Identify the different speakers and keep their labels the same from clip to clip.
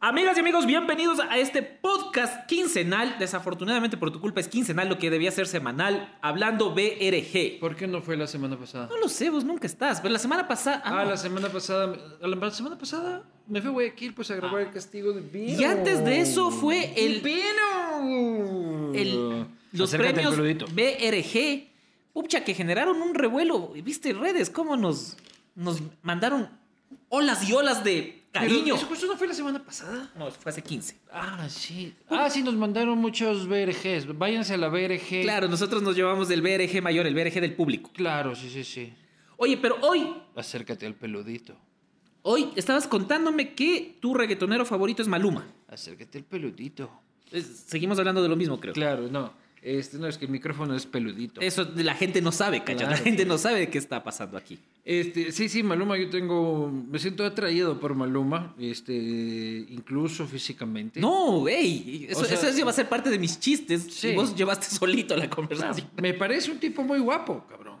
Speaker 1: Amigas y amigos, bienvenidos a este podcast quincenal. Desafortunadamente por tu culpa es quincenal lo que debía ser semanal, hablando BRG.
Speaker 2: ¿Por qué no fue la semana pasada?
Speaker 1: No lo sé, vos nunca estás, pero la semana pasada...
Speaker 2: Ah,
Speaker 1: no.
Speaker 2: la semana pasada. a La semana pasada me fui a Guayaquil pues a grabar el castigo de Vino.
Speaker 1: Ah. Y antes de eso fue el-
Speaker 2: Vino.
Speaker 1: el- los
Speaker 3: Acércate al
Speaker 1: premios
Speaker 3: peludito.
Speaker 1: BRG, pucha, que generaron un revuelo. ¿Viste redes? ¿Cómo nos, nos mandaron olas y olas de
Speaker 2: Pero
Speaker 1: cariño?
Speaker 2: ¿Eso justo no fue la semana pasada?
Speaker 1: No, fue hace 15.
Speaker 2: Ah, sí. Ah, sí, nos mandaron muchos BRGs. Váyanse a la BRG.
Speaker 1: Claro, nosotros nos llevamos del BRG mayor, el BRG del público.
Speaker 2: Claro, sí, sí, sí.
Speaker 1: Oye, pero hoy,
Speaker 2: Acércate al peludito.
Speaker 1: hoy estabas contándome que tu reggaetonero favorito es Maluma.
Speaker 2: Acércate al peludito.
Speaker 1: Es- seguimos hablando de lo mismo, creo.
Speaker 2: Claro, no. Este no es que el micrófono es peludito.
Speaker 1: Eso la gente no sabe, cacha.
Speaker 2: Claro.
Speaker 1: La gente no sabe de qué está pasando aquí.
Speaker 2: Este, sí, sí, Maluma, yo tengo. Me siento atraído por Maluma, este, incluso físicamente.
Speaker 1: No, güey. Eso,
Speaker 2: O sea-
Speaker 1: eso va a ser parte de mis chistes.
Speaker 2: Sí.
Speaker 1: Y vos llevaste solito la
Speaker 2: O sea,
Speaker 1: conversación.
Speaker 2: Ah, me parece un tipo muy guapo, cabrón.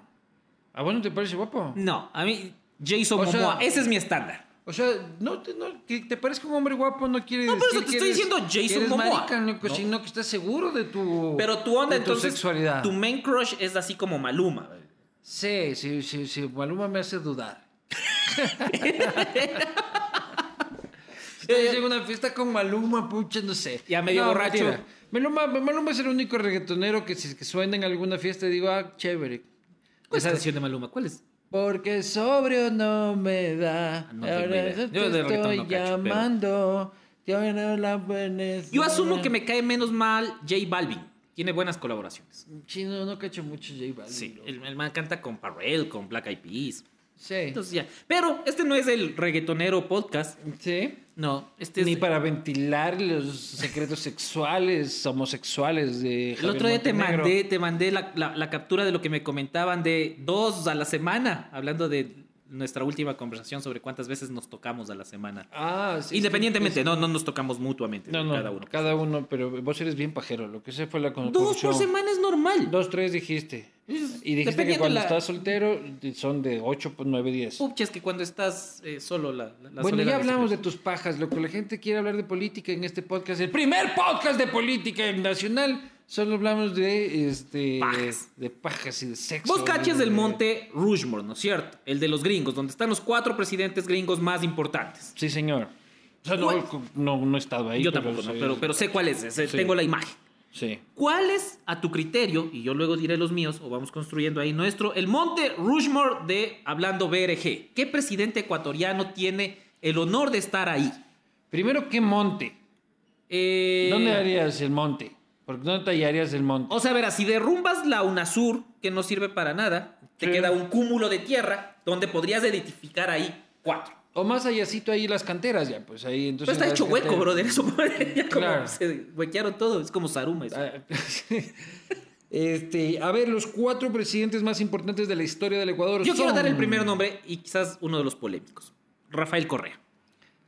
Speaker 2: ¿A vos no te parece guapo?
Speaker 1: No, a mí, Jason
Speaker 2: O sea-
Speaker 1: Momoa, ese es mi estándar.
Speaker 2: O sea, no te, no, que te parezca un hombre guapo no quiere
Speaker 1: No,
Speaker 2: decir.
Speaker 1: pero eso te
Speaker 2: que
Speaker 1: estoy
Speaker 2: eres-
Speaker 1: diciendo
Speaker 2: que
Speaker 1: Jason
Speaker 2: eres
Speaker 1: Momoa.
Speaker 2: marica, no,
Speaker 1: No.
Speaker 2: sino que estás seguro de tu.
Speaker 1: Pero tu onda,
Speaker 2: uh, de tu
Speaker 1: entonces.
Speaker 2: sexualidad.
Speaker 1: Tu main crush es así como Maluma.
Speaker 2: Sí, sí, sí, sí. Maluma me hace dudar. Si
Speaker 1: Eh,
Speaker 2: Llega una fiesta con Maluma, pucha, no sé.
Speaker 1: Ya medio
Speaker 2: No,
Speaker 1: borracho.
Speaker 2: mentira. Maluma, Maluma es el único reggaetonero que si es que suena en alguna fiesta digo, ah, chévere.
Speaker 1: ¿Cuál es
Speaker 2: O
Speaker 1: la
Speaker 2: sea,
Speaker 1: canción de Maluma? ¿Cuál es?
Speaker 2: Porque sobrio no me da.
Speaker 1: Ah, no tengo idea.
Speaker 2: yo
Speaker 1: Yo de
Speaker 2: te
Speaker 1: reggaetón
Speaker 2: estoy
Speaker 1: no cacho, pero-
Speaker 2: llamando. te abro la buenas-
Speaker 1: Yo asumo que me cae menos mal J Balvin. Tiene buenas colaboraciones.
Speaker 2: Chino, no cacho mucho J Balvin.
Speaker 1: Sí,
Speaker 2: bro.
Speaker 1: el, el man canta con Parrell, con Black Eyed Peas.
Speaker 2: Sí.
Speaker 1: Entonces ya. Pero este no es el reggaetonero podcast.
Speaker 2: Sí.
Speaker 1: No, este es.
Speaker 2: Ni para ventilar los secretos sexuales, homosexuales de
Speaker 1: El otro día te mandé, te mandé la, la- la captura de lo que me comentaban de dos a la semana, hablando de nuestra última conversación sobre cuántas veces nos tocamos a la semana.
Speaker 2: Ah, sí.
Speaker 1: Independientemente, no, no nos tocamos mutuamente,
Speaker 2: No, no,
Speaker 1: cada uno. pues.
Speaker 2: pero vos eres bien pajero. Lo que sé fue la con-
Speaker 1: Dos por
Speaker 2: conclusión.
Speaker 1: semana es normal.
Speaker 2: Dos, tres dijiste.
Speaker 1: Es-
Speaker 2: Y dijiste
Speaker 1: dependiendo
Speaker 2: que cuando
Speaker 1: la-
Speaker 2: estás soltero son de ocho, pues nueve, diez.
Speaker 1: Pucha, es que cuando estás eh, solo la, la- la
Speaker 2: bueno,
Speaker 1: soledad
Speaker 2: ya
Speaker 1: es
Speaker 2: hablamos de
Speaker 1: diferente.
Speaker 2: tus pajas. Lo que la gente quiere hablar de política en este podcast, el primer podcast de política nacional, solo hablamos de este
Speaker 1: Pajas.
Speaker 2: de pajas y de sexo.
Speaker 1: Vos cachas
Speaker 2: y de-
Speaker 1: del monte Rushmore, ¿no es cierto? El de los gringos, donde están los cuatro presidentes gringos más importantes.
Speaker 2: Sí, señor. O sea, no,
Speaker 1: ¿Cuál?
Speaker 2: no, no he estado ahí.
Speaker 1: Yo
Speaker 2: pero
Speaker 1: tampoco, no,
Speaker 2: sí.
Speaker 1: pero, pero sé cuál es, ese-
Speaker 2: Sí.
Speaker 1: tengo la imagen.
Speaker 2: Sí.
Speaker 1: ¿Cuál es, a tu criterio, y yo luego diré los míos, o vamos construyendo ahí nuestro, el monte Rushmore de Hablando BRG? ¿Qué presidente ecuatoriano tiene el honor de estar ahí?
Speaker 2: Primero, ¿qué monte?
Speaker 1: Eh,
Speaker 2: ¿Dónde harías el monte? Porque ¿dónde tallarías el monte?
Speaker 1: O sea, verás, si derrumbas la UNASUR, que no sirve para nada, te
Speaker 2: Sí.
Speaker 1: queda un cúmulo de tierra donde podrías edificar ahí cuatro.
Speaker 2: O más allácito ahí las canteras ya, pues ahí
Speaker 1: Oh. Pero
Speaker 2: entonces...
Speaker 1: está hecho
Speaker 2: las
Speaker 1: hueco,
Speaker 2: canteras-
Speaker 1: brother. Eso ya como
Speaker 2: Claro.
Speaker 1: se huequearon todo. Es como Saruma. eso.
Speaker 2: Ah, este, a ver, los cuatro presidentes más importantes de la historia del Ecuador
Speaker 1: Yo quiero
Speaker 2: son-
Speaker 1: dar el primer nombre y quizás uno de los polémicos. Rafael Correa.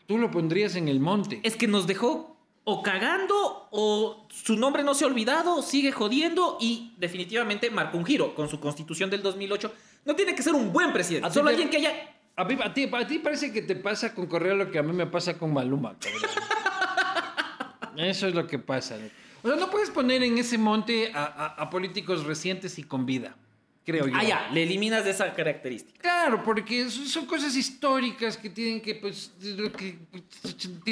Speaker 2: Tú lo pondrías en el monte.
Speaker 1: Es que nos dejó o cagando o su nombre no se ha olvidado, sigue jodiendo y definitivamente marcó un giro con su constitución del 2008. No tiene que ser un buen presidente,
Speaker 2: A ti
Speaker 1: solo
Speaker 2: te-
Speaker 1: alguien que haya...
Speaker 2: A, mí- a ti, a ti parece que te pasa con Correa lo que a mí me pasa con Maluma, cabrón. Eso es lo que pasa. O sea, no puedes poner en ese monte a, a- a políticos recientes y con vida, creo yo.
Speaker 1: Ah, ya, le eliminas de esa característica.
Speaker 2: Claro, porque son, son cosas históricas que tienen que, pues, lo que-
Speaker 1: O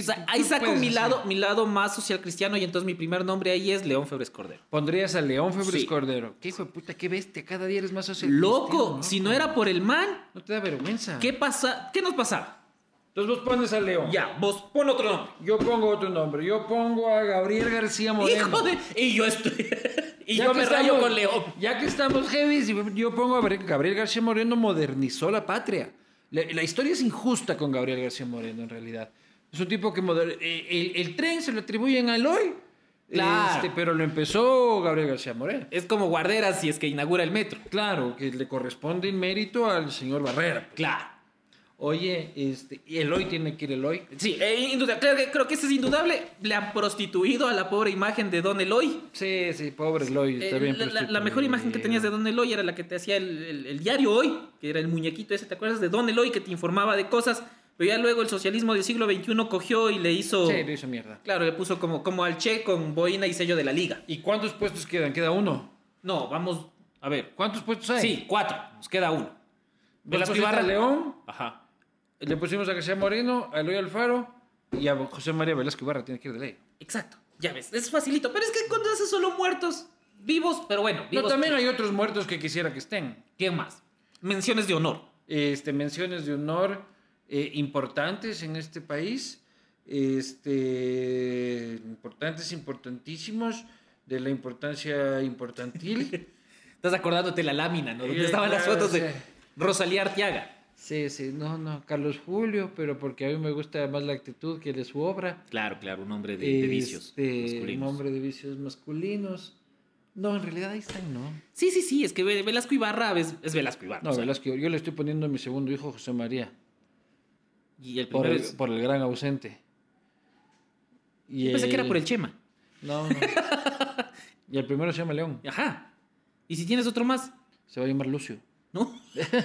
Speaker 1: sea, ahí
Speaker 2: tú
Speaker 1: saco
Speaker 2: puedes
Speaker 1: mi
Speaker 2: hacer.
Speaker 1: lado, mi lado más social cristiano y entonces mi primer nombre ahí es León Febres Cordero.
Speaker 2: Pondrías a León Febres
Speaker 1: Sí.
Speaker 2: Cordero. Qué hijo de puta, qué bestia. Cada día eres más social.
Speaker 1: Loco, si no era por el man,
Speaker 2: No te da vergüenza.
Speaker 1: ¿Qué pasa? ¿Qué nos pasaba?
Speaker 2: Entonces vos pones a León.
Speaker 1: Ya, vos pon otro nombre.
Speaker 2: Yo pongo otro nombre. Yo pongo a Gabriel García Moreno.
Speaker 1: Hijo de. Y yo estoy. y
Speaker 2: Ya
Speaker 1: yo
Speaker 2: que
Speaker 1: me rayo
Speaker 2: estamos-
Speaker 1: con León.
Speaker 2: Ya que estamos heavy, si yo pongo a Gabriel- Gabriel García Moreno modernizó la patria. La, la historia es injusta con Gabriel García Moreno, en realidad. Es un tipo que moder- eh, el, el tren se lo atribuyen a Eloy.
Speaker 1: Claro.
Speaker 2: Este, pero lo empezó Gabriel García Moreno.
Speaker 1: Es como Guardera si es que inaugura el metro.
Speaker 2: Claro, que le corresponde el mérito al señor Barrera.
Speaker 1: Claro.
Speaker 2: Oye, este, y Eloy tiene que ir Eloy.
Speaker 1: Sí, eh, induda- creo, que, creo que eso es indudable. Le han prostituido a la pobre imagen de Don Eloy.
Speaker 2: Sí, sí, pobre Eloy, está
Speaker 1: Eh,
Speaker 2: bien.
Speaker 1: la, la- la
Speaker 2: prostituido.
Speaker 1: mejor imagen que tenías de Don Eloy era la que te hacía el, el- el diario hoy, que era el muñequito ese. ¿Te acuerdas de Don Eloy que te informaba de cosas? Pero ya luego el socialismo del siglo XXI cogió y le hizo...
Speaker 2: Sí, lo hizo mierda.
Speaker 1: Claro, le puso como, como al Che con boina y sello de la liga.
Speaker 2: ¿Y cuántos puestos quedan? Queda uno.
Speaker 1: No, vamos... A ver.
Speaker 2: ¿Cuántos puestos hay?
Speaker 1: Sí, cuatro. Nos queda uno.
Speaker 2: Velasco
Speaker 1: Nos queda
Speaker 2: Ibarra Pues León.
Speaker 1: Ajá.
Speaker 2: Le pusimos a García Moreno, a Eloy Alfaro y a José María Velasco Ibarra. Tiene que ir de ley.
Speaker 1: Exacto. Ya ves, es facilito. Pero es que cuando haces solo muertos, vivos, pero bueno,
Speaker 2: No,
Speaker 1: vivos.
Speaker 2: también hay otros muertos que quisiera que estén.
Speaker 1: ¿Quién más? Menciones de honor.
Speaker 2: Este, menciones de honor eh, importantes en este país. Este, importantes, importantísimos. De la importancia importantil.
Speaker 1: Estás acordándote la lámina, ¿no? Donde
Speaker 2: Eh,
Speaker 1: estaban las
Speaker 2: claro,
Speaker 1: fotos de
Speaker 2: sí.
Speaker 1: Rosalía Arteaga.
Speaker 2: sí, sí, no, no. Carlos Julio, pero porque a mí me gusta más la actitud que de su obra.
Speaker 1: Claro, claro, un hombre
Speaker 2: Este, Un hombre de vicios masculinos. No, en realidad ahí están, ¿no?
Speaker 1: Sí, sí, sí, es que Ve- Velasco Ibarra es, es Velasco Ibarra.
Speaker 2: No,
Speaker 1: o sea,
Speaker 2: Velasco, yo le estoy poniendo a mi segundo hijo José María,
Speaker 1: Y el
Speaker 2: por
Speaker 1: primero
Speaker 2: el,
Speaker 1: es-
Speaker 2: por el gran ausente. Y
Speaker 1: Yo pensé que era por el Chema.
Speaker 2: No, no. y el primero se llama León,
Speaker 1: Ajá. ¿Y si tienes otro más?
Speaker 2: se va a llamar Lucio.
Speaker 1: ¿No?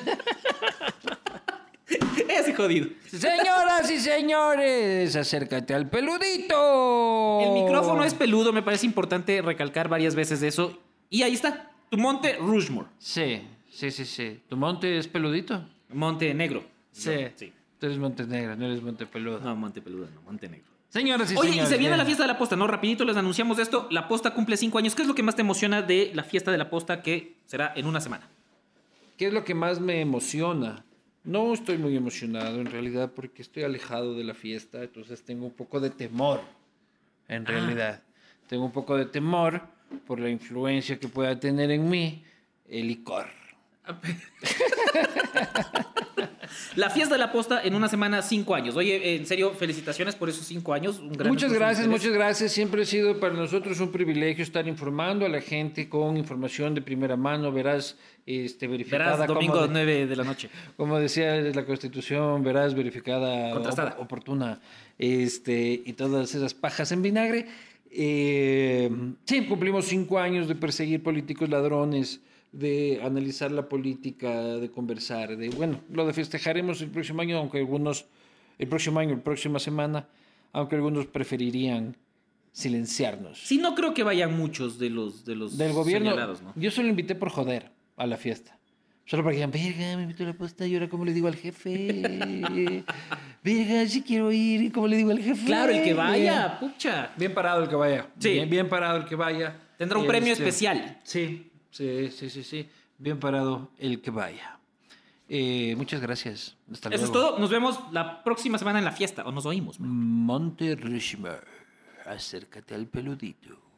Speaker 1: Ese jodido.
Speaker 2: Señoras y señores, acércate al peludito.
Speaker 1: El
Speaker 2: Oh.
Speaker 1: micrófono es peludo, me parece importante recalcar varias veces eso. Y ahí está, tu monte Rushmore,
Speaker 2: Sí, sí, sí, sí. ¿Tu monte es peludito?
Speaker 1: monte negro.
Speaker 2: Sí.
Speaker 1: No, sí.
Speaker 2: Tú eres Montenegro, no eres Montepeludo.
Speaker 1: No, monte peludo, no, monte negro.
Speaker 2: Señoras y
Speaker 1: Oye,
Speaker 2: señores.
Speaker 1: y se viene
Speaker 2: ya.
Speaker 1: la fiesta de la posta, ¿no? Rapidito les anunciamos esto. La posta cumple cinco años. ¿Qué es lo que más te emociona de la fiesta de la posta que será en una semana?
Speaker 2: ¿Qué es lo que más me emociona? No estoy muy emocionado en realidad porque estoy alejado de la fiesta, entonces tengo un poco de temor. En
Speaker 1: Ah.
Speaker 2: realidad, tengo un poco de temor por la influencia que pueda tener en mí el licor.
Speaker 1: La fiesta de la posta en una semana, cinco años. Oye, en serio, felicitaciones por esos cinco años. Un gran
Speaker 2: muchas
Speaker 1: esfuerzo,
Speaker 2: gracias,
Speaker 1: ustedes.
Speaker 2: muchas gracias. Siempre ha sido para nosotros un privilegio estar informando a la gente con información de primera mano, verás, este, verificada.
Speaker 1: Verás,
Speaker 2: como
Speaker 1: domingo
Speaker 2: de-
Speaker 1: 9 de la noche.
Speaker 2: Como decía la Constitución, verás, verificada,
Speaker 1: Contrastada.
Speaker 2: op- oportuna, este, y todas esas pajas en vinagre. Eh, sí, cumplimos cinco años de perseguir políticos ladrones, de analizar la política, de conversar, de bueno, lo de festejaremos el próximo año, aunque algunos, el próximo año, la próxima semana, aunque algunos preferirían silenciarnos.
Speaker 1: Sí, no creo que vayan muchos de los, de los
Speaker 2: Del gobierno,
Speaker 1: señalados, ¿no?
Speaker 2: yo solo invité por joder a la fiesta. Solo para que digan, verga, me invitó a la posta y ahora cómo le digo al jefe. verga, sí quiero ir y cómo le digo al jefe.
Speaker 1: Claro, el que vaya, pucha.
Speaker 2: Bien parado el que vaya.
Speaker 1: Sí.
Speaker 2: Bien, bien parado el que vaya. Este,
Speaker 1: Tendrá un premio especial.
Speaker 2: Sí, sí, sí, sí, sí. Bien parado el que vaya. Eh, muchas gracias. Hasta
Speaker 1: Eso
Speaker 2: luego.
Speaker 1: es todo. Nos vemos la próxima semana en la fiesta. O nos oímos.
Speaker 2: Monte Rushmore. Acércate al peludito.